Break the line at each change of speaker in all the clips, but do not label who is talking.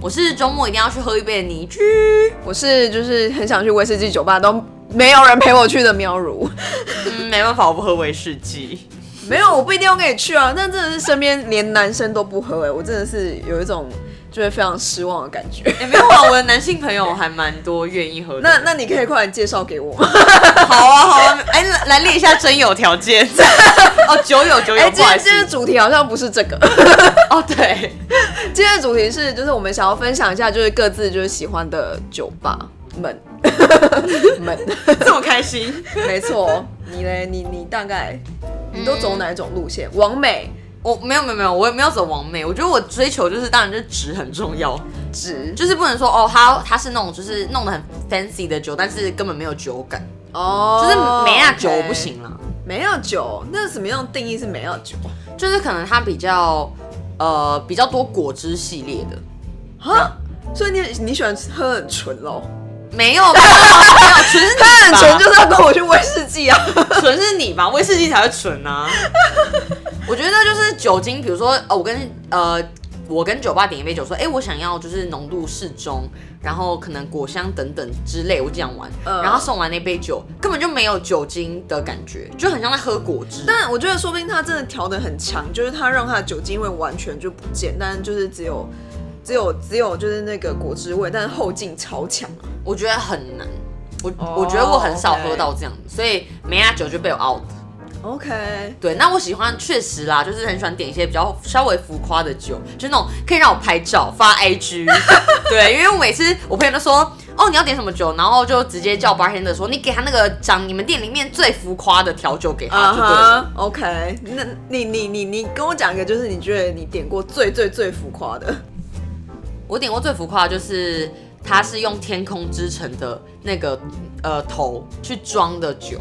我是周末一定要去喝一杯的泥居。
我是就是很想去威士忌酒吧，都没有人陪我去的喵如。
嗯，没办法，我不喝威士忌。
没有，我不一定要跟你去啊。但真的是身边连男生都不喝、欸，哎，我真的是有一种就会非常失望的感觉。
也、没有啊，我的男性朋友还蛮多愿意喝的。
那那你可以快点介绍给我吗？
好啊，好啊，哎、来来列一下真友条件。 哦，酒友酒友，
哎、
不
今
好
天
意思
今。天的主题好像不是这个，
哦，对，
今天的主题是就是我们想要分享一下就是各自就是喜欢的酒吧 们们，
这么开心。
没错。你嘞，你你大概你都走哪种路线？王美
我没有没有没有，我也没有走完美。我觉得我追求就是，当然就是值很重要，
直
就是不能说哦，他他是那种就是弄得很 fancy 的酒，但是根本没有酒感，
哦
就是没那酒
OK
不行啦。
没药酒，那什么样定义是没药酒？
就是可能它比较呃比较多果汁系列的，
哈，所以你你喜欢喝很纯喽？
没 有没有没有，纯是
他很
你
纯
吧，
就是要跟我去威士忌啊。
纯是你吧，威士忌才会纯啊。 我觉得就是酒精，比如说呃我跟呃我跟酒吧点一杯酒，说哎、诶我想要就是浓度适中，然后可能果香等等之类，我就讲完，
嗯
然后送完那杯酒根本就没有酒精的感觉，就很像在喝果汁。
但我觉得说不定他真的调的很强，就是他让他的酒精味完全就不见，但就是只有只有只有就是那个果汁味，但是后劲超强啊。
我觉得很难，我、
哦
我觉得我很少
OK
喝到这样的，所以梅亚酒就被我 out。
OK，
对，那我喜欢确实啦，就是很喜欢点一些比较稍微浮夸的酒，就那种可以让我拍照发 IG。对，因 为我每次我朋友都说，哦，你要点什么酒，然后就直接叫 bartender 说，你给他那个讲你们店里面最浮夸的调酒给他
啊
就对了。
哈、o k 那你你你你跟我讲一个，就是你觉得你点过最最最浮夸的
我点过最浮夸的就是，它是用天空之城的那个呃头去装的 酒，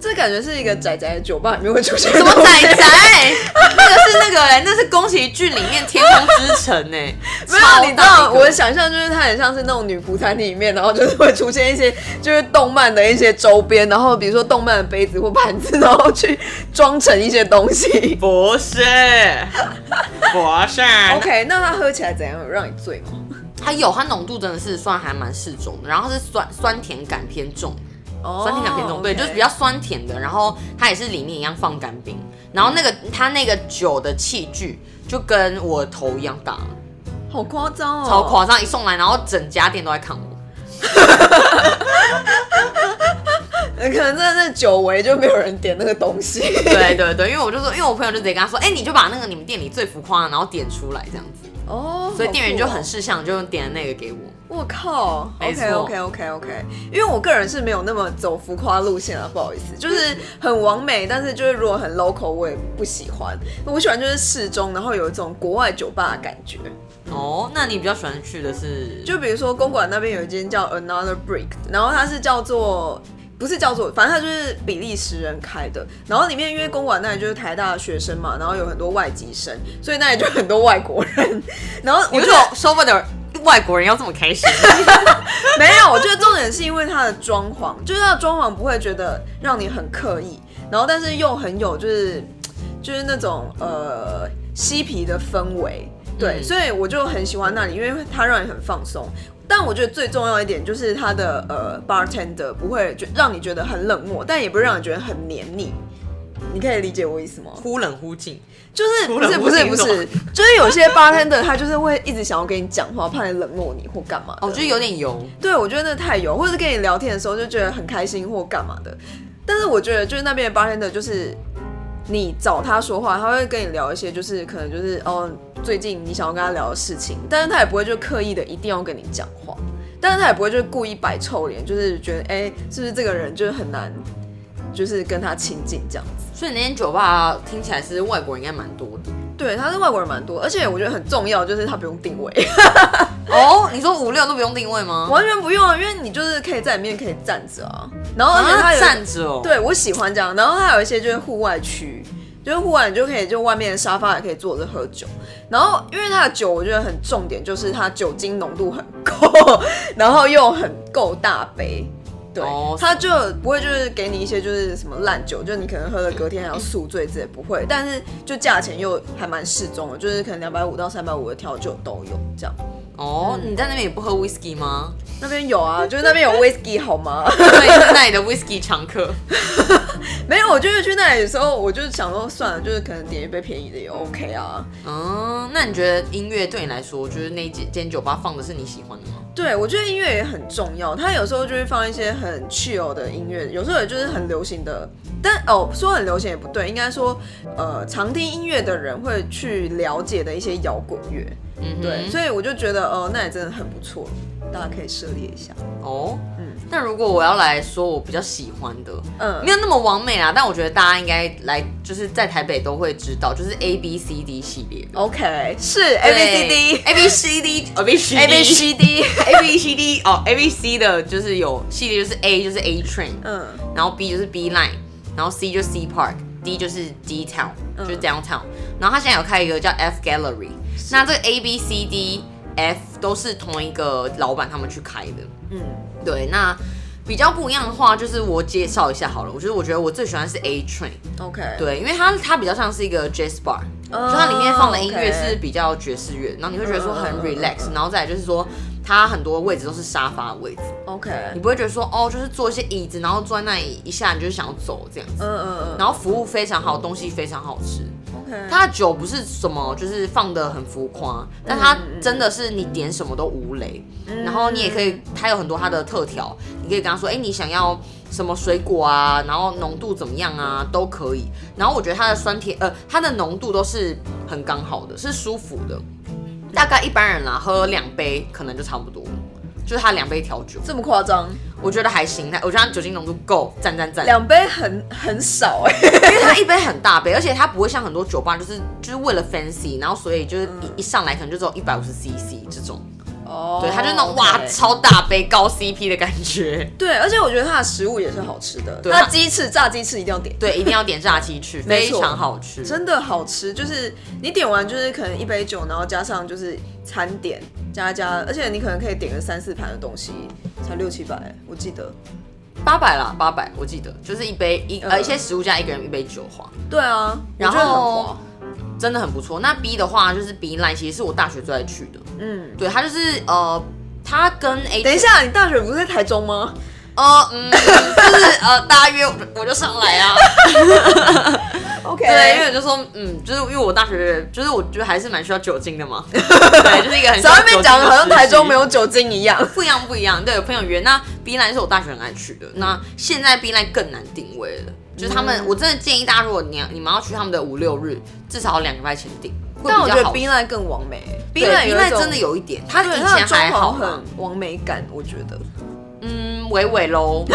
这感觉是一个仔仔的酒吧里面会出现的
什么
东西
仔仔？哎那个是那个哎嘞，那是宫崎骏里面天空之城哎、
没
超
有，你知
大一
道
个
我的想象就是它很像是那种女仆餐厅里面，然后就是会出现一些 就是动漫的一些周边，然后比如说动漫的杯子或盘子，然后去装成一些东 西。
不是，不 是。
OK，那它喝起来怎样？有让你醉吗？
它有，它浓度真的是算还蛮适中的，然后它是酸酸甜感偏重，
哦
酸甜感偏重对，就是比较酸甜的。然后它也是里面一样放干冰，然后那个它那个酒的器具就跟我头一样大，
好夸张哦，
超夸张！一送来，然后整家店都在看我。
呃。可能真的是久违就没有人点那个东西。
对对对，因为我就说，因为我朋友就直接跟他说，哎、你就把那个你们店里最浮夸的，然后点出来这样子，
哦，
所以店员就
好酷
很
哦
识相，就点了那个给我。
我靠
没
，OK
错
OK OK OK，因为我个人是没有那么走浮夸路线啊，不好意思，就是很完美，但是就是如果很 local 我也不喜欢，我喜欢就是适中，然后有一种国外酒吧的感觉，
哦，那你比较喜欢去的是？
就比如说公馆那边有一间叫 Another Brick，然后它是叫做。不是叫做，反正它就是比利时人开的。然后里面因为公馆那里就是台大的学生嘛，然后有很多外籍生，所以那里就很多外国人。然后我
有
就
种受不了外国人要这么开心。
没有，我觉得重点是因为它的装潢，就是它的装潢不会觉得让你很刻意，然后但是又很有就是就是那种呃嬉皮的氛围，对，
嗯
所以我就很喜欢那里，因为它让你很放松。但我觉得最重要一点就是它的呃 bartender 不会觉让你觉得很冷漠，但也不会让你觉得很黏腻。你可以理解我意思吗？
忽冷忽近，
就是
突
不
然
是
不
不是
清
不
楚
是，就是有些 bartender 他就是会一直想要跟你讲话，怕你冷落你或干嘛的。
哦，就是有点油。
对，我觉得那太油，或者是跟你聊天的时候就觉得很开心或干嘛的。但是我觉得就是那边的 bartender 就是你找他说话，他会跟你聊一些就是可能就是哦最近你想要跟他聊的事情，但是他也不会就刻意的一定要跟你讲话，但是他也不会就故意摆臭脸，就是觉得哎、是不是这个人就是很难。就是跟他亲近这样子，
所以那间酒吧听起来是外国人应该蛮多的。
对，他是外国人蛮多，而且我觉得很重要，就是他不用定位，
哦，你说五六都不用定位吗？
完全不用啊，因为你就是可以在里面可以站着啊，然后而且
啊
他有一个
站着哦。，
对，我喜欢这样。然后它有一些就是户外区，就是户外你就可以就外面的沙发也可以坐着喝酒。然后因为它的酒，我觉得很重点就是它酒精浓度很够， 然后又很够大杯。对
哦，
它就不会就是给你一些就是什么烂酒，就是你可能喝了隔天还要宿醉之类，不会。但是就价钱又还蛮适中的，就是可能两百五到三百五的调酒都有这样。
哦，你在那边也不喝 whisky 吗？
那边有啊，就是 那边有 whisky 好吗？
所以是那里的 whisky 常客。
没有，我就是去那里的时候，我就是想说算了，就是可能点一杯便宜的也 OK 啊。
嗯，那你觉得音乐对你来说，就是那一间间酒吧放的是你喜欢的吗？
对，我觉得音乐也很重要，它有时候就会放一些很 chill 的音乐，有时候也就是很流行的。但哦，说很流行也不对，应该说，呃，常听音乐的人会去了解的一些摇滚乐。
嗯哼，
对，所以我就觉得，呃，那也真的很不错，大家可以涉猎一下。
哦，
嗯
那如果我要来说我比较喜欢的，
嗯
没有那么完美啦，但我觉得大家应该来，就是在台北都会知道，就是 A B C D 系列的。
，OK，是 A B C D
A B C D 哦 B C
A B C D，
A B C D 哦 A B C 的就是有系列就是 A 就是 A Train，
嗯
然后 B 就是 B Line，然后 C 就是 C Park，D 就是 D Town，就是
嗯
Downtown。然后他现在有开一个叫 F Gallery，那这个 A B C D F 都是同一个老板他们去开的。
嗯
对，那比较不一样的话，就是我介绍一下好了。我觉得我觉得我最喜欢是 A Train，
，OK，
对，因为它它比较像是一个 jazz bar，、
哦
就它里面放的音乐
OK
是比较爵士乐，然后你会觉得说很
嗯嗯嗯
relax，、然后再来就是说它很多位置都是沙发位置，
，OK，嗯
你不会觉得说哦，就是坐一些椅子，然后坐在那里一下你就想要走这样子。
嗯嗯嗯嗯
然后服务非常好，东西非常好吃。
，OK，
它的酒不是什么，就是放的很浮夸，但它真的是你点什么都无雷。然后你也可以，它有很多它的特调，你可以跟他说，哎、你想要什么水果啊，然后浓度怎么样啊，都可以。然后我觉得它的酸甜，呃，它的浓度都是很刚好的，是舒服的。大概一般人啦，喝两杯可能就差不多了，就是它两杯调酒，
这么夸张，
我觉得还行。它我觉得它酒精浓度够，赞赞赞。
两杯很很少哎、
因为它一杯很大杯，而且它不会像很多酒吧就是就是为了 fancy，然后所以就是一一上来可能就只有一百五十 cc 这种，
嗯哦
对，它就那种哇超大杯高 CP 的感觉。
对，而且我觉得它的食物也是好吃的，
对
它
它
鸡翅炸鸡翅一定要点，
对，一定要点炸鸡翅，
没
非
错
常好吃。
真的好吃。就是你点完就是可能一杯酒，然后加上就是餐点加一加，而且你可能可以点个三四盘的东西，才六七百，我记得。
八百啦，八百，我记得就是一杯一
嗯
呃一些食物加一个人一杯酒花，
对啊，
然
我觉得很
后
划
真的很不错。那 B 的话就是 B line，其实是我大学最爱去的，
嗯，
对，它就是呃。它跟 A
等一下，你大学不是在台中吗？
呃嗯，就是呃，大约我就上来啊。
OK，
对，因为我就说，嗯，就是因为我大学，就是我觉得还是蛮需要酒精的 嘛。对，就是一个很需
在
要酒精
外面
的
讲的好像
时期
台中没有酒精一样。
不一样，不一样。对，有朋友约，那 B line 是我大学很爱去的，那现在 B line 更难定位了。就是他
嗯
们，我真的建议大家，如果你要你们要去他们的五六日，至少两个礼拜前定，会
但我
比
觉
较
得
好。
冰奈更完美
对
B line
B
有一
line
种
真的有一点，它
对
以
它的
前
装
还
潢
好啦，
很完美感，我觉得。
嗯，微微 喽。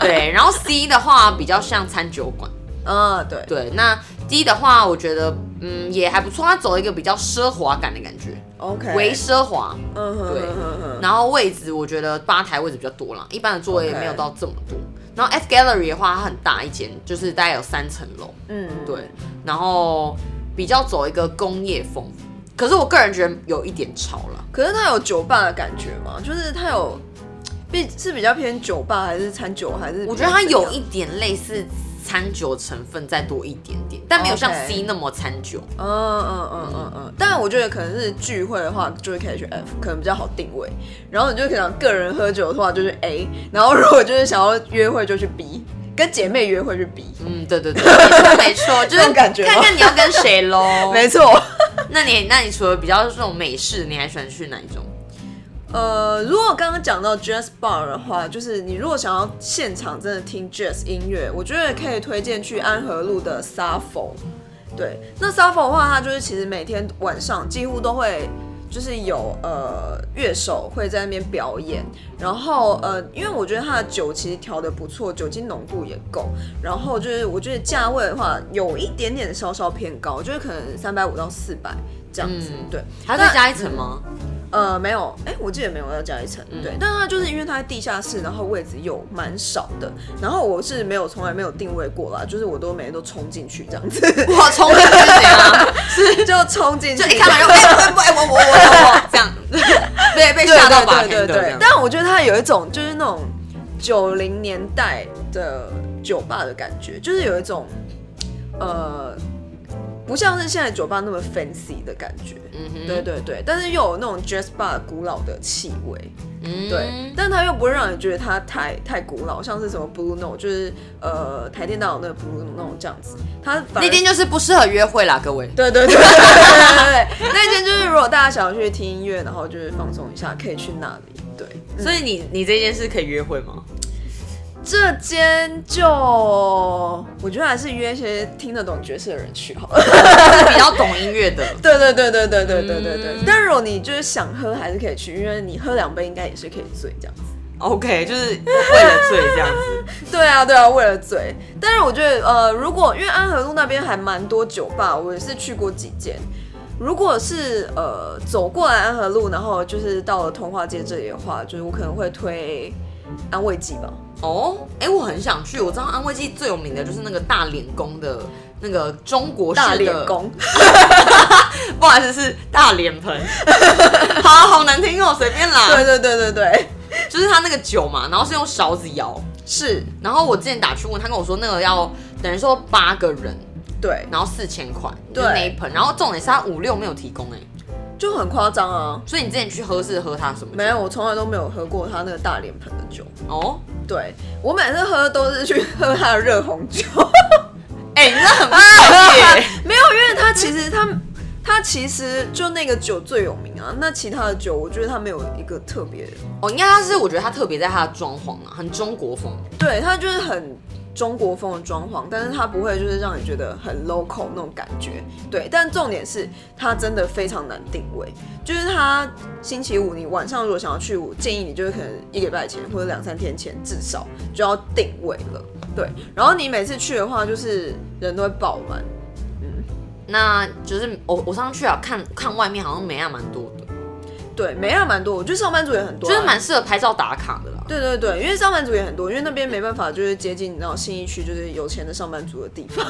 对，然后 C 的话比较像餐酒馆。
嗯，对，
对，那 D 的话，我觉得嗯也还不错，它走一个比较奢华感的感觉，
OK，
微奢华。
嗯哼
对
哼哼哼
然后位置我觉得吧台位置比较多啦，一般的座位也没有
OK
到这么多。然后 F Gallery 的话，它很大一间，就是大概有三层楼，
嗯，
对，然后比较走一个工业风，可是我个人觉得有一点潮了。
可是它有酒吧的感觉嘛，就是它有，毕是比较偏酒吧还是餐酒还是？
我觉得它有一，点类似餐酒成分再多一点点，但没有像
OK
C 那么餐酒。
嗯嗯嗯嗯嗯，但我觉得可能是聚会的话，就是可以去 F，可能比较好定位。然后你就可能个人喝酒的话就是 A，然后如果就是想要约会就去 B，跟姐妹约会去 B，、
嗯，对 对对，没错没错，就
那
是
种感觉吗
看看你要跟谁喽。
没错。
那你那你除了比较这种美式，你还喜欢去哪一种？
呃，如果刚刚讲到 jazz bar 的话，就是你如果想要现场真的听 jazz 音乐，我觉得可以推荐去安和路的 Sappho。对，那 Sappho 的话，它就是其实每天晚上几乎都会。就是有呃乐手会在那边表演，然后呃，因为我觉得它的酒其实调的不错，酒精浓度也够，然后就是我觉得价位的话有一点点稍稍偏高，就是可能三百五到四百这样子，
嗯
对。
还要再加一层吗？
呃，没有，哎、我记得没有要加一层，
嗯
对，但它就是因为它在地下室，然后位置又蛮少的，然后我是没有从来没有定位过啦，就是我都每天都冲进去这样子，
我从来没有这样。
就冲进去，
啊就一看到就哎不哎我我我我我这样， 对被
对
吓到吧？
对对对对，但我觉得它有一种就是那种九零年代的酒吧的感觉，就是有一种呃不像是现在酒吧那么 fancy 的感觉。
嗯哼，
对对对，但是又有那种 jazz bar 古老的气味，
嗯
对，但它又不会让人觉得它太太古老，像是什么 Blue Note，就是呃台电大楼那个 Blue Note 那种这样子，它反
那
而
天就是不适合约会啦，各位。
对对对对对对对，那间就是如果大家想要去听音乐，然后就是放松一下，可以去那里。对，
所以你你这件事可以约会吗？
这间就我觉得还是约一些听得懂爵士的人去好了。
比较懂音乐的，
对对对对对对对对对。
嗯
但如果你就是想喝，还是可以去，因为你喝两杯应该也是可以醉这样子。
OK，就是为了醉这样 子。
对啊对啊，为了醉。但是我觉得呃，如果因为安和路那边还蛮多酒吧，我也是去过几间。如果是呃走过来安和路，然后就是到了通化街这里的话，就是我可能会推安慰剂吧。
哦，哎、我很想去。我知道安慰剂最有名的就是那个大脸公的那个中国哦式的
大脸，公，
不好意思，是大脸 盆。好、好难听哦，随便啦。
对对对对对，
就是他那个酒嘛，然后是用勺子摇。
是，
然后我之前打去问他，跟我说那个要等于说八个人，
对，
然后四千块，就
对
是那一盆。然后重点是他五六没有提供哎、
就很夸张啊。
所以你之前去喝是喝他什么酒？
没有，我从来都没有喝过他那个大脸盆的酒。
哦，
对我每次喝都是去喝他的热红酒，
哎、你真的很不了 解。
没有，因为他其实他他其实就那个酒最有名啊。那其他的酒，我觉得他没有一个特别，
哦，应该他是我觉得他特别在他的装潢啊，很中国风。
对他就是很中国风的装潢，但是他不会就是让你觉得很 local 那种感觉。对，但重点是它真的非常难定位，就是它星期五你晚上如果想要去，我建议你就是可能一个礼拜前或者两三天前至少就要定位了。对，然后你每次去的话，就是人都会爆满。
那就是我我上次去啊，看看外面好像美亚蛮多的，
对，啊没亚蛮多，我觉得上班族也很多、啊
就是蛮。适合拍照打卡的啦。
对对对，因为上班族也很多，因为那边没办法，就是接近你知道信义区，就是有钱的上班族的地方。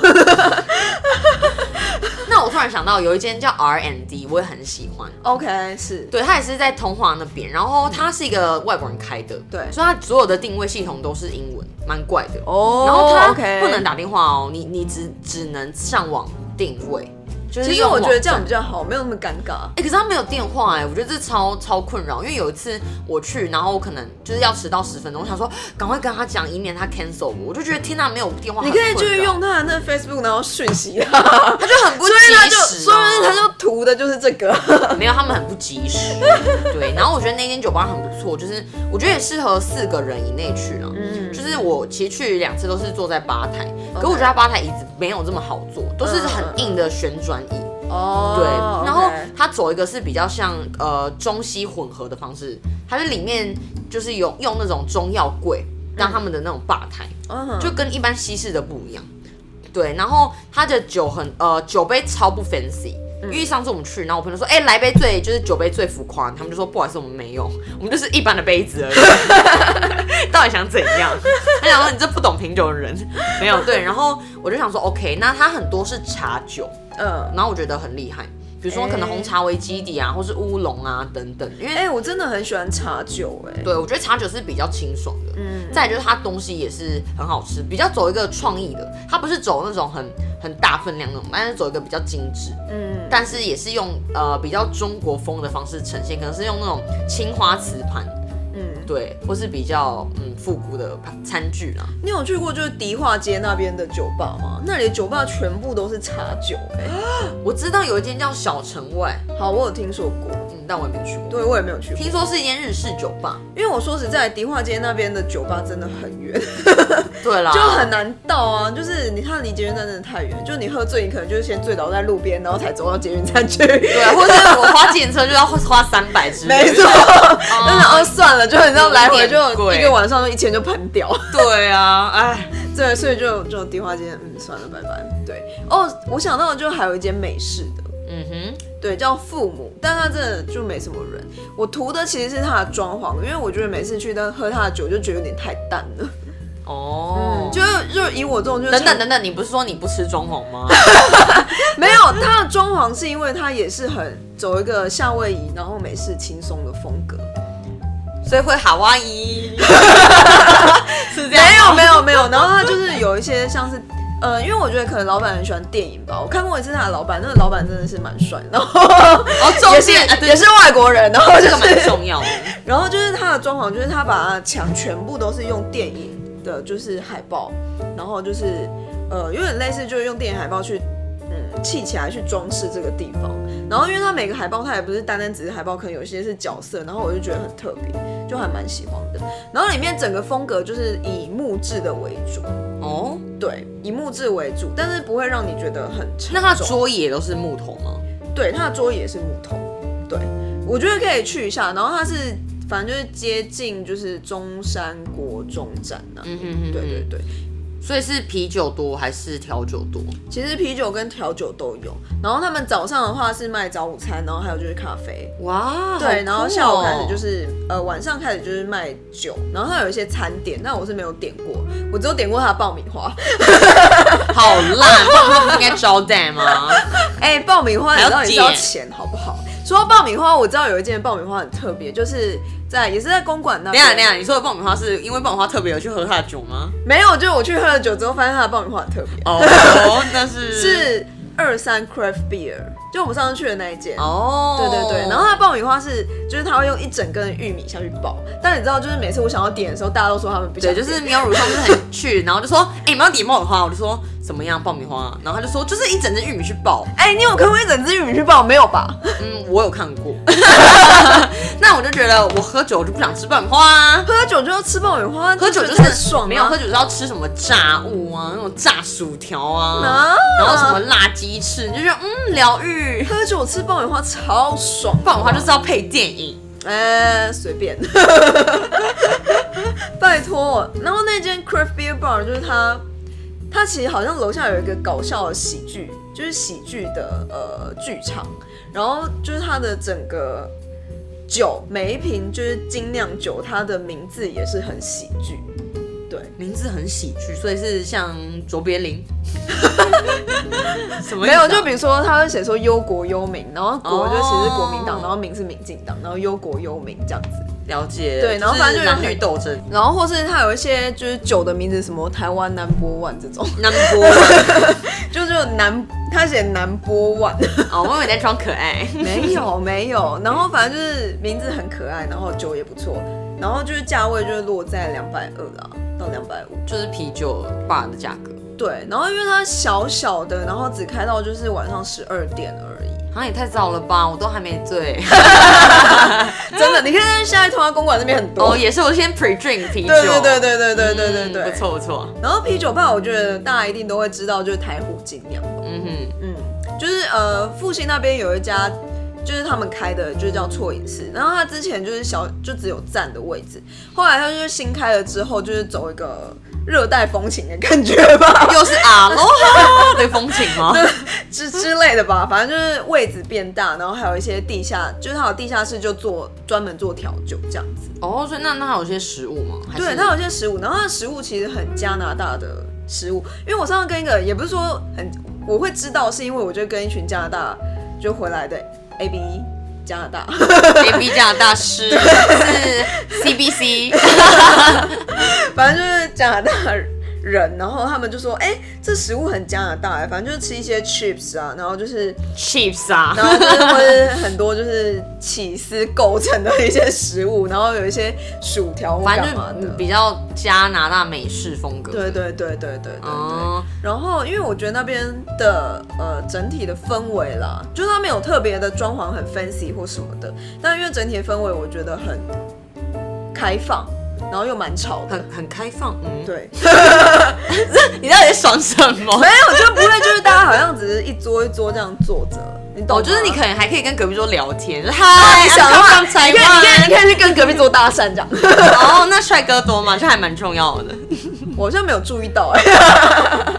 那我突然想到有一间叫 R N D，我也很喜欢。
OK，是
对，它也是在通化那边，然后它是一个外国人开的，
嗯对
所以它所有的定位系统都是英文，蛮怪的。
哦
然后它
OK
不能打电话哦，你你只只能上网定位，就是
其实
用
我觉得
网
这样比较好，没有那么尴尬。
哎、可是他没有电话哎、我觉得这超超困扰。因为有一次我去，然后我可能就是要迟到十分钟，我想说赶快跟他讲，以免他 cancel 我。我就觉得天哪，没有电话
你
很
可
困扰，
以就是用他的那 Facebook，然后讯息他，
他就很不及
所以
时、
他
啊，
就，所以他就图的就是这 个。
没有，他们很不及时。对，然后我觉得那间酒吧很不错，就是我觉得也适合四个人以内去啊。
嗯
就是我其实去两次都是坐在吧台，可我觉得他吧台椅子没有这么好坐，都是很硬的旋转椅。
哦
对，然后它走一个是比较像呃中西混合的方式，它是里面就是有用那种中药柜当他们的那种吧台，就
就
跟一般西式的不一样。对，然后它的酒很呃酒杯超不 fancy。因为上次我们去，然后我朋友说，哎、来杯最就是酒杯最浮夸，他们就说不好意思，我们没有， 我们就是一般的杯子而已。到底想怎样？他想说你这不懂品酒的人，没有对。然后我就想说，OK，那它很多是茶酒，
嗯，
然后我觉得很厉害，比如说可能红茶为基底啊，或是乌龙啊等等，因为、
哎，我真的很喜欢茶酒，哎，
对我觉得茶酒是比较清爽的，
嗯
再来就是它东西也是很好吃，比较走一个创意的，它不是走那种很很大分量那种，但是走一个比较精致，
嗯，
但是也是用呃比较中国风的方式呈现，可能是用那种青花瓷盘，
嗯
对，或是比较嗯复古的盘餐具啦。
你有去过就是迪化街那边的酒吧吗？那里的酒吧全部都是茶酒，哎，
我知道有一间叫小城外，
好，我有听说过，
嗯，但我也没有去过，
对我也没有去过。
听说是一间日式酒吧，
因为我说实在，迪化街那边的酒吧真的很远，
对啦，
就很难到啊。就是你看离捷运站真的太远，就是你喝醉，你可能就是先醉倒在路边，然后才走到捷运站去。
对，啊 或者是我花计程车就要花三百之类
没
的。
错，但是
哦
哦算了，就你知道来回就
有点贵
一个晚上就一千就喷掉。
对啊，哎，
对，所以就就迪化街，嗯，算了，拜拜。对，哦，我想到的就还有一间美式的，
嗯哼，
对，叫父母，但它真的就没什么人。我图的其实是它的装潢，因为我觉得每次去都喝它的酒就觉得有点太淡了。
哦，
就就以我这种就是
等等等等，你不是说你不吃装潢 吗？
没有，它的装潢是因为它也是很走一个夏威夷，然后美式轻松的风格。
所以会哈哇伊，是这样？
没有没有没有，然后它就是有一些些像是。呃，因为我觉得可能老板很喜欢电影吧，我看过一次他的老板，那个老板真的是蛮帅，然后
哦，
也
重
是
点啊，对
也是外国人，然后就
这个
是
蛮重 要的。
然后就是他的装潢，就是他把墙全部都是用电影的，就是海报，然后就是呃，有点类似就是用电影海报去嗯砌起来去装饰这个地方。然后因为它每个海报，它也不是单单只是海报，可能有些是角色，然后我就觉得很特别，就还蛮喜欢的。然后里面整个风格就是以木质的为主，
哦，
对，以木质为主，但是不会让你觉得很沉重。
那它的桌椅也都是木头吗？
对，它的桌椅也是木头。对，我觉得可以去一下。然后它是反正就是接近就是中山国中站呐、
嗯哼哼，
对对。对，
所以是啤酒多还是调酒多？
其实啤酒跟调酒都有。然后他们早上的话是卖早午餐，然后还有就是咖啡。
哇，哦
对，然后下午开始就是是、呃晚上开始就是卖酒，然后它有一些餐点，但我是没有点过，我只有点过它的爆米花。
好烂，那不是应该招待 吗？
哎、爆米花你到底是要
还要
钱好不好？说到爆米花，我知道有一间爆米花很特别，就是在也是在公馆那
等一
边。
下等一下，你说的爆米花是因为爆米花特别有去喝它的酒吗？
没有，就是我去喝了酒之后，发现它的爆米花很特别，
哦，那是
是二三 craft beer，就我们上次去的那一间。
哦，
对对对，然后它的爆米花是，就是它会用一整根的玉米下去爆，但你知道，就是每次我想要点的时候，大家都说他们不想
对，
点，
就是喵如他们就很去， 然后就说，哎、你们要点爆米花，我就说怎么样爆米花，啊然后他就说就是一整只玉米去爆，
哎、你有看过一整只玉米去爆没有吧？
嗯，我有看 过， 那我就觉得我喝酒就不想吃爆米花、啊。
喝酒就要吃爆米花，
喝酒
就
就是
很爽、啊
没有喝酒是要吃什么炸物啊，那种炸薯条啊
啊，
然后什么辣鸡翅，你就觉得嗯疗愈。
喝酒吃爆米花超爽，
爆米花就是要配电影，
呃，随便， 拜托。然后那间 Craft Beer Bar 就是它，它其实好像楼下有一个搞笑的喜剧，就是喜剧的呃剧场，然后就是它的整个酒，每一瓶就是精酿酒，它的名字也是很喜剧。对，
名字很喜剧，所以是像卓别林， 什么意
没
思啊
有，就比如说他会写说忧国忧民，然后国就其实是国民党，
哦
然后民是民进党，然后忧国忧民这样子。
了解，
对然后
就
反
是
正就有
男女
很
斗争
然后或是它有一些就是酒的名字，什么台湾南波万这种，
，number one。
就是有南，他写南波万，
哦，我以为你在装可爱。
没有没有，然后反正就是名字很可爱，然后酒也不错，然后就是价位就是落在两百二啦到两百五，
就是啤酒吧的价格，
对，然后因为它小小的，然后只开到就是晚上十二点而已，
好像也太早了吧，我都还没 醉。
真的，你看现在通化公馆那边很多，
哦，也是我先 pre drink 啤酒。
对对对对对对对对
嗯
对，
不。错不错。
然后啤酒吧，我觉得大家一定都会知道，就是台虎精酿。
嗯哼，
嗯，就是呃，复兴那边有一家，就是他们开的，就是叫错影室。然后他之前就是小，就只有站的位置，后来他就是新开了之后，就是走一个热带风情的感觉吧，
又是阿罗哈 的风情吗？
之之类的吧。反正就是位置变大，然后还有一些地下，就是他有地下室就做专门做调酒这样子。
哦，所以那那还有些食物吗？还是
对，它有些食物，然后它的食物其实很加拿大的食物，因为我上次跟一个也不是说很，我会知道是因为我就跟一群加拿大就回来的 A B 加拿大，
A B 加拿大师是 C B C，
反正就是加拿大人，然后他们就说，哎、这食物很加拿大、哎，反正就是吃一些 chips 啊，然后就是，
chips 啊，
然后就是或者是很多就是起司构成的一些食物，然后有一些薯条或
反
干嘛
正就
的，
比较加拿大美式风格。
对对对对对对对。
哦，
然后，因为我觉得那边的呃整体的氛围啦，就是它没有特别的装潢很 fancy 或什么的，但因为整体的氛围我觉得很开放，然后又蛮吵的，
很很开放，嗯，
对，
你到底在爽什么
没？有就不会就是大家好像只是一桌一桌这样坐着，你懂
哦，
吗？
就是你可能还可以跟隔壁桌聊天，就是嗨，
你想的话，
I'm
你
from
可以你可以
Taiwan
你可以去跟隔壁桌搭讪这样，
哦，那帅哥多吗？这还蛮重要 的。
我好像没有注意到哎、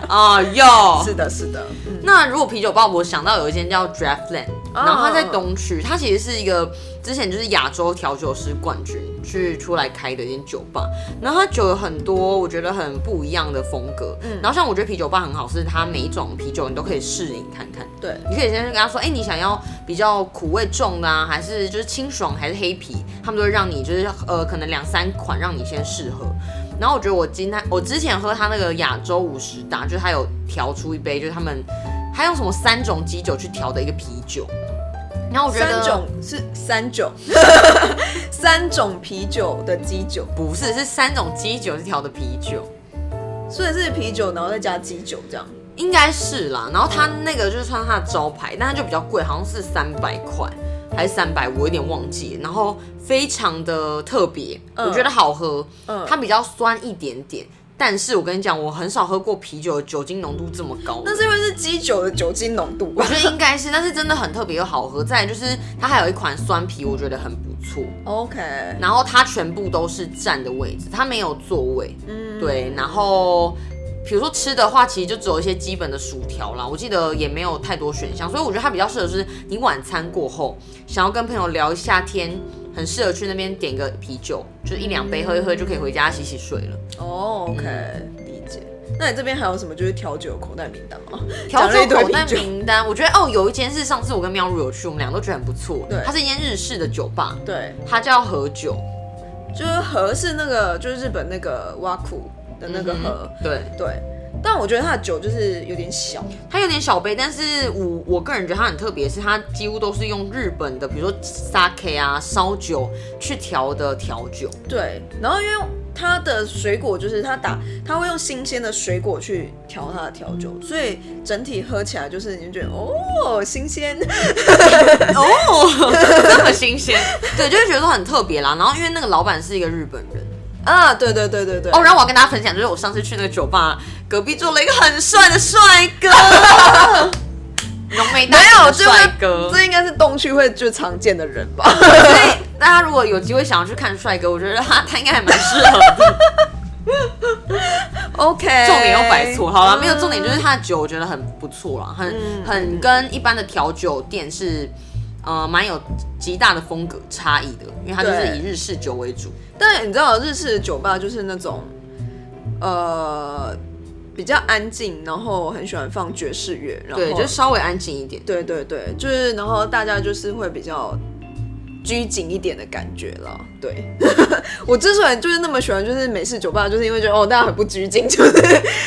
哦，有。
是的，是的，嗯
那如果啤酒吧，我想到有一间叫 Draftland，然后它在东区，它其实是一个之前就是亚洲调酒师冠军去出来开的一间酒吧，然后它酒有很多我觉得很不一样的风格，然后像我觉得啤酒吧很好，是它每一种啤酒你都可以试饮看看。
对，
你可以先跟他说，哎、你想要比较苦味重的啊，还是就是清爽，还是黑啤？他们都会让你就是呃，可能两三款让你先试喝。然后我觉得我今天我之前喝他那个亚洲五十大，就是他有调出一杯，就是他们还用什么三种基酒去调的一个啤酒。然后我觉得
三种是三种， 三种啤酒的基酒，
不是是三种基酒是调的啤酒，
所以是啤酒，然后再加基酒这样。
应该是啦。然后他那个就是穿他的招牌，但他就比较贵，好像是三百块还是三百，我有点忘记。然后非常的特别，
嗯
我觉得好喝，
嗯
它比较酸一点点。但是我跟你讲，我很少喝过啤酒的酒精浓度这么高。
那是因为是基酒的酒精浓度
我
吧？
觉得应该是，但是真的很特别又好喝。再来就是它还有一款酸啤，我觉得很不错。
OK，
然后它全部都是站的位置，它没有座位。
嗯，
对，然后比如说吃的话，其实就只有一些基本的薯条啦，我记得也没有太多选项，所以我觉得它比较适合是你晚餐过后想要跟朋友聊一下天，很适合去那边点个啤酒，就是一两杯喝一喝就可以回家洗洗睡了。
哦，OK，理解。那你这边还有什么就是调酒口袋名单吗？
调
讲了
酒
一堆
口袋
啤酒
名单，我觉得哦，有一间是上次我跟妙如有去，我们俩都觉得很不错，
对
它是一间日式的酒吧，
对，
它叫和酒
就是和是那个就是日本那个挖苦的那个和，
嗯对，
对。但我觉得它的酒就是有点小，
它有点小杯，但是我我个人觉得它很特别，是它几乎都是用日本的，比如说 sake 啊烧酒去调的调酒。
对。然后因为它的水果就是它打，它会用新鲜的水果去调它的调酒，所以整体喝起来就是你就觉得哦新鲜，
哦，这么新鲜，对，就 会觉得说很特别啦。然后因为那个老板是一个日本人
啊，对对对对对。
哦，然后我要跟大家分享，就是我上次去那个酒吧，隔壁坐了一个很帅的帅哥， 浓眉大
没
眼
有，
的
这
帅哥
个，这应该是东区会就常见的人 吧？
所以大家如果有机会想要去看帅哥，我觉得他他应该还蛮适合的。
OK，
重点又摆错，好了，没有重点就是它的酒，我觉得很不错啦，很、
嗯
很跟一般的调酒店是。呃，蛮有极大的风格差异的，因为它就是
对
以日式酒为主。
嗯但你知道日式的酒吧就是那种，呃，比较安静，然后很喜欢放爵士乐，然后
对，就是稍微安静一点。
对对对，就是然后大家就是会比较拘谨一点的感觉了。对， 我之所以就是那么喜欢就是美式酒吧，就是因为觉得哦大家很不拘谨，就是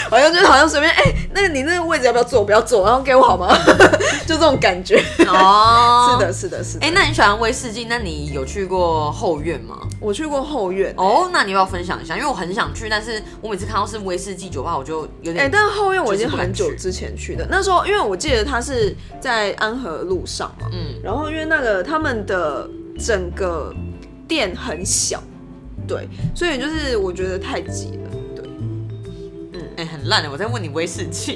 好像就是好像随便哎、那你那个位置要不要坐？我不要坐，然后给我好吗？ 就这种感觉。
哦，
是。的，是的，是的。
哎、那你喜欢威士忌？那你有去过后院吗？
我去过后院。
哦，那你要不要分享一下？因为我很想去，但是我每次看到是威士忌酒吧，我就有
哎、
点……
但后院我已经
就是不敢
很久
去
之前去的，那时候因为我记得它是在安和路上嘛，
嗯，
然后因为那个他们的整个店很小，对，所以就是我觉得太挤了，对，
哎、很烂的。我在问你威士 忌，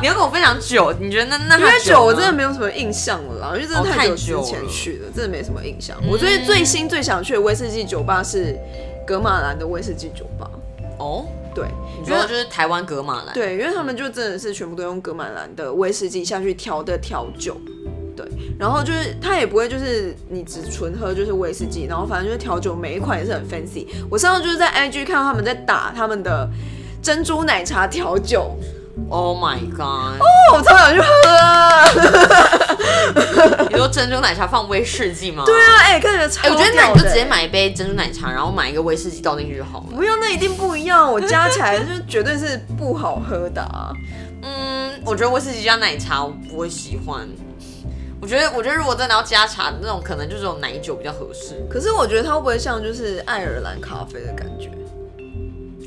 你要跟我分享酒，你觉得那那
因为
它
酒我
呢
真的没有什么印象了啦，因为真
哦
的
太
太久之
久
前
了嗯
去的，真的没什么印象。我最近最新最想去的威士忌酒吧是格马兰的威士忌酒吧，
哦，
对，
你
因为
说就是台湾格马兰，
对，因为他们就真的是全部都用格马兰的威士忌下去调的调酒，对，然后就是它也不会就是你只纯喝就是威士忌，然后反正就是调酒每一款也是很 fancy。我上次就是在 IG 看到他们在打他们的珍珠奶茶调酒，
，Oh my god！
哦，我超想去喝啊！
你说珍珠奶茶放威士忌吗？
对啊，哎、看起来超、
哎、
欸，
我觉得那你就直接。买一杯珍珠奶茶，然后买一个威士忌倒进去就好了。
不用，那一定不一样。我加起来就绝对是不好喝的、啊。
嗯，我觉得威士忌加奶茶我不会喜欢。我觉得，我觉得如果真的要加茶，那种可能就只有奶酒比较合适。
可是我觉得它会不会像就是爱尔兰咖啡的感觉？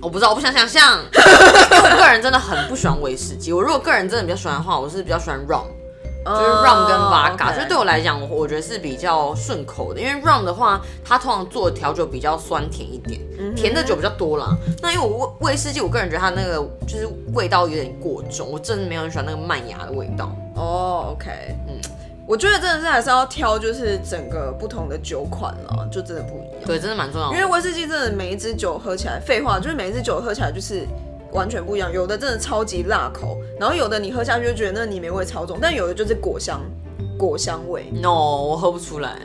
我不知道，我不想想象。 因为我个人真的很不喜欢威士忌。我如果个人真的比较喜欢的话，我是比较喜欢 rum，
就
就是 rum
哦
跟 vodka，、
就
就对我来讲，我我觉得是比较顺口的。因为 rum 的话，它通常做的调酒比较酸甜一点，
嗯
甜的酒比较多啦。那因为我威威士忌，我个人觉得它那个就是味道有点过重，我真的没有很喜欢那个麦芽的味道。
哦、o k 嗯
嗯，
我觉得真的是还是要挑，就是整个不同的酒款了，就真的不一样。
对，真的蛮重要的
因。为威士忌真的每一支酒喝起来，废话就是每一支酒喝起来就是完全不一样，有的真的超级辣口，然后有的你喝下去就觉得那泥煤味超重，但有的就是果香果香味。
No，我喝不出来。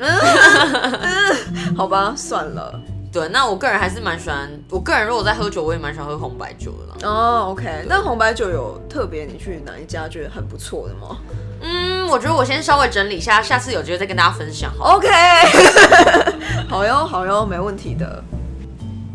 好吧，算了。
对，那我个人还是蛮喜欢，我个人如果在喝酒，我也蛮喜欢喝红白酒的啦。
哦、o k 那红白酒有特别你去哪一家觉得很不错的吗
嗯，我觉得我先稍微整理一下，下次有机会再哦跟大家分享好了。
？OK，好哟好哟，没问题的。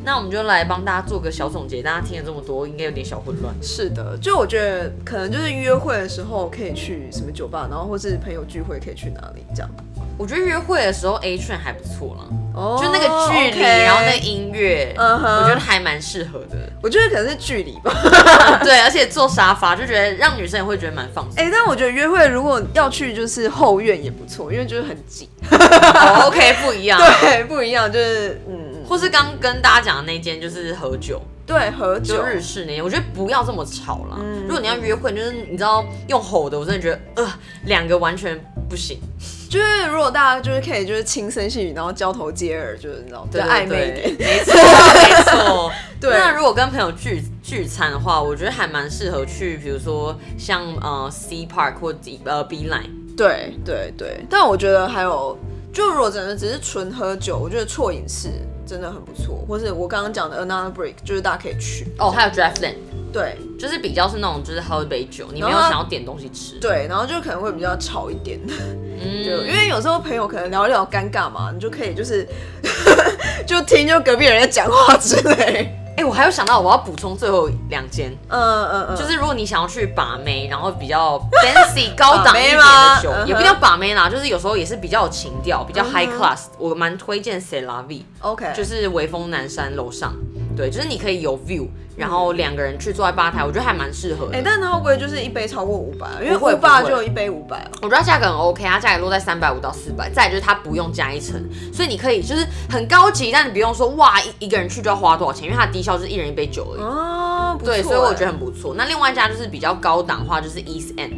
那我们就来帮大家做个小总结，大家听了这么多，应该有点小混乱。
是的，就我觉得可能就是约会的时候可以去什么酒吧，然后或是朋友聚会可以去哪里这样。
我觉得约会的时候 A train 还不错啦，
哦
就那个距离
OK
然后那个音乐
嗯哼
我觉得还蛮适合的。
我觉得可能是距离吧。
对，而且坐沙发就觉得让女生也会觉得蛮放松。
哎、但我觉得约会如果要去就是后院也不错，因为就是很近。
哦 OK，不一样。
对， 不一样，就是嗯，
或是刚跟大家讲的那间就是喝酒，
对，喝
就
酒
日式那间，我觉得不要这么吵啦。
嗯
如果你要约会，就是你知道用吼的，我真的觉得呃两个完全不 行。
就是如果大家就是可以就是轻声细语，然后交头接耳，就是你知道，
对
就暧昧
对
一点。，
对没 错没错。
对
那如果跟朋友聚聚餐的话，我觉得还蛮适合去，比如说像呃 C Park 或 D 呃 B Line。
对对对，但我觉得还有，就如果真的只是纯喝酒，我觉得错饮式真的很不错，或是我刚刚讲的 Another Break，就是大家可以去。
哦，还有 Draftland，
对
就是比较是那种就是喝一杯酒，你没有
然后
想要点东西吃。
对，然后就可能会比较吵一点，
嗯，
对，因为有时候朋友可能聊一聊尴尬嘛，你就可以就是 就听就隔壁人在讲话之类。
哎、我还有想到我要补充最后两间。
嗯嗯嗯，
就是如果你想要去把妹，然后比较 fancy 高档一点的
把妹
酒
吗嗯，哼
也不叫把妹啦，就是有时候也是比较有情调，比较 high
嗯哼
class，、我蛮推荐 c e l a v i
OK，
就是是微风南山楼上，对，就是你可以有 view，然后两个人去坐在吧台，我觉得还蛮适合的。
哎、但它会不会就是一杯超过五百？因为
不会
五百
不会
就有一杯五百啊。
我觉得它价格很 OK，它价格落在三百五到四百，再来就是它不用加一层，所以你可以就是很高级，但你不用说哇一一个人去就要花多少钱，因为它的低消就是一人一杯酒而已。
哦，不错
对，所以我觉得
哎
很不欸错。那另外一家就是比较高档的话，就是 East End，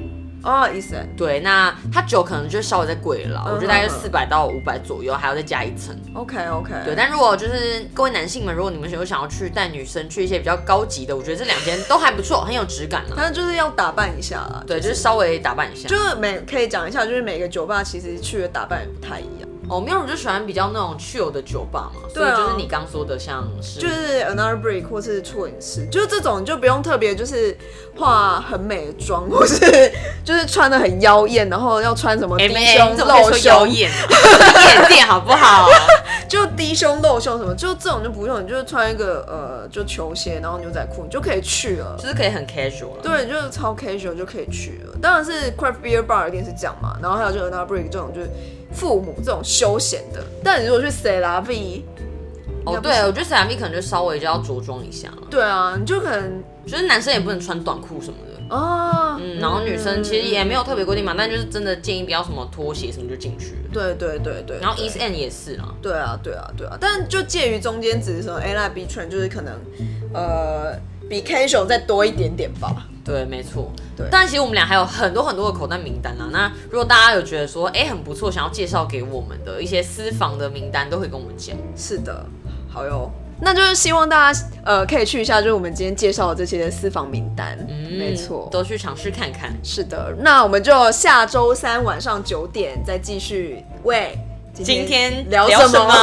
哦，医生，
对，那它酒可能就稍微再贵了啦，
嗯
我觉得大概
嗯嗯嗯
四百到五百左右，还要再加一层。
OK OK，
对，但如果就是各位男性们，如果你们有想要去带女生去一些比较高级的，我觉得这两间都还不错，很有质感啦。
但就是要打扮一下啦。
对，就是稍微打扮一下。
就是每可以讲一下，就是每个酒吧其实去的打扮也不太一样。
哦，没有，我就喜欢比较那种 chill 的酒吧嘛，所
对
以
啊
就是你刚说的，像是
就是 Another Break 或是错影视，就是这种你就不用特别就是化很美的妆，或是 就是穿的很妖艳，然后要穿什么低
M A
胸
你怎么可以
露
说妖
胸，
艳？艳点好不好？
就低胸露胸什么，就这种就不用，你就是穿一个呃就球鞋，然后牛仔裤你就可以去了。
就是可以很 casual 了。
对，就是超 casual 就可以去了。当然是 craft beer bar 一定是这样嘛，然后还有就是 another break 这种就是父母这种休闲的。但你如果去 C l a V，
哦，对，我觉得 s a m 可能就稍微就要着装一下了，
对啊，你就可能
就是男生也不能穿短裤什么的。
啊，
嗯，然后女生其实也没有特别规定嘛，但就是真的建议不要什么拖鞋什么就进去了。
对对对对，
然后 East End 也是啦，
对啊对啊对啊，但就介于中间值什么 A line B train 就是可能呃比 casual 再多一点点吧。
对，没错。
对
但其实我们俩还有很多很多的口袋名单啦。那如果大家有觉得说，哎、很不错，想要介绍给我们的一些私房的名单，都可以跟我们讲。
是的，好哟。那就是希望大家呃可以去一下，就是我们今天介绍的这些私房名单，
嗯
没错，
都去尝试看看。
是的，那我们就下周三晚上九点再继续。喂，
今天
聊
什
么？
么？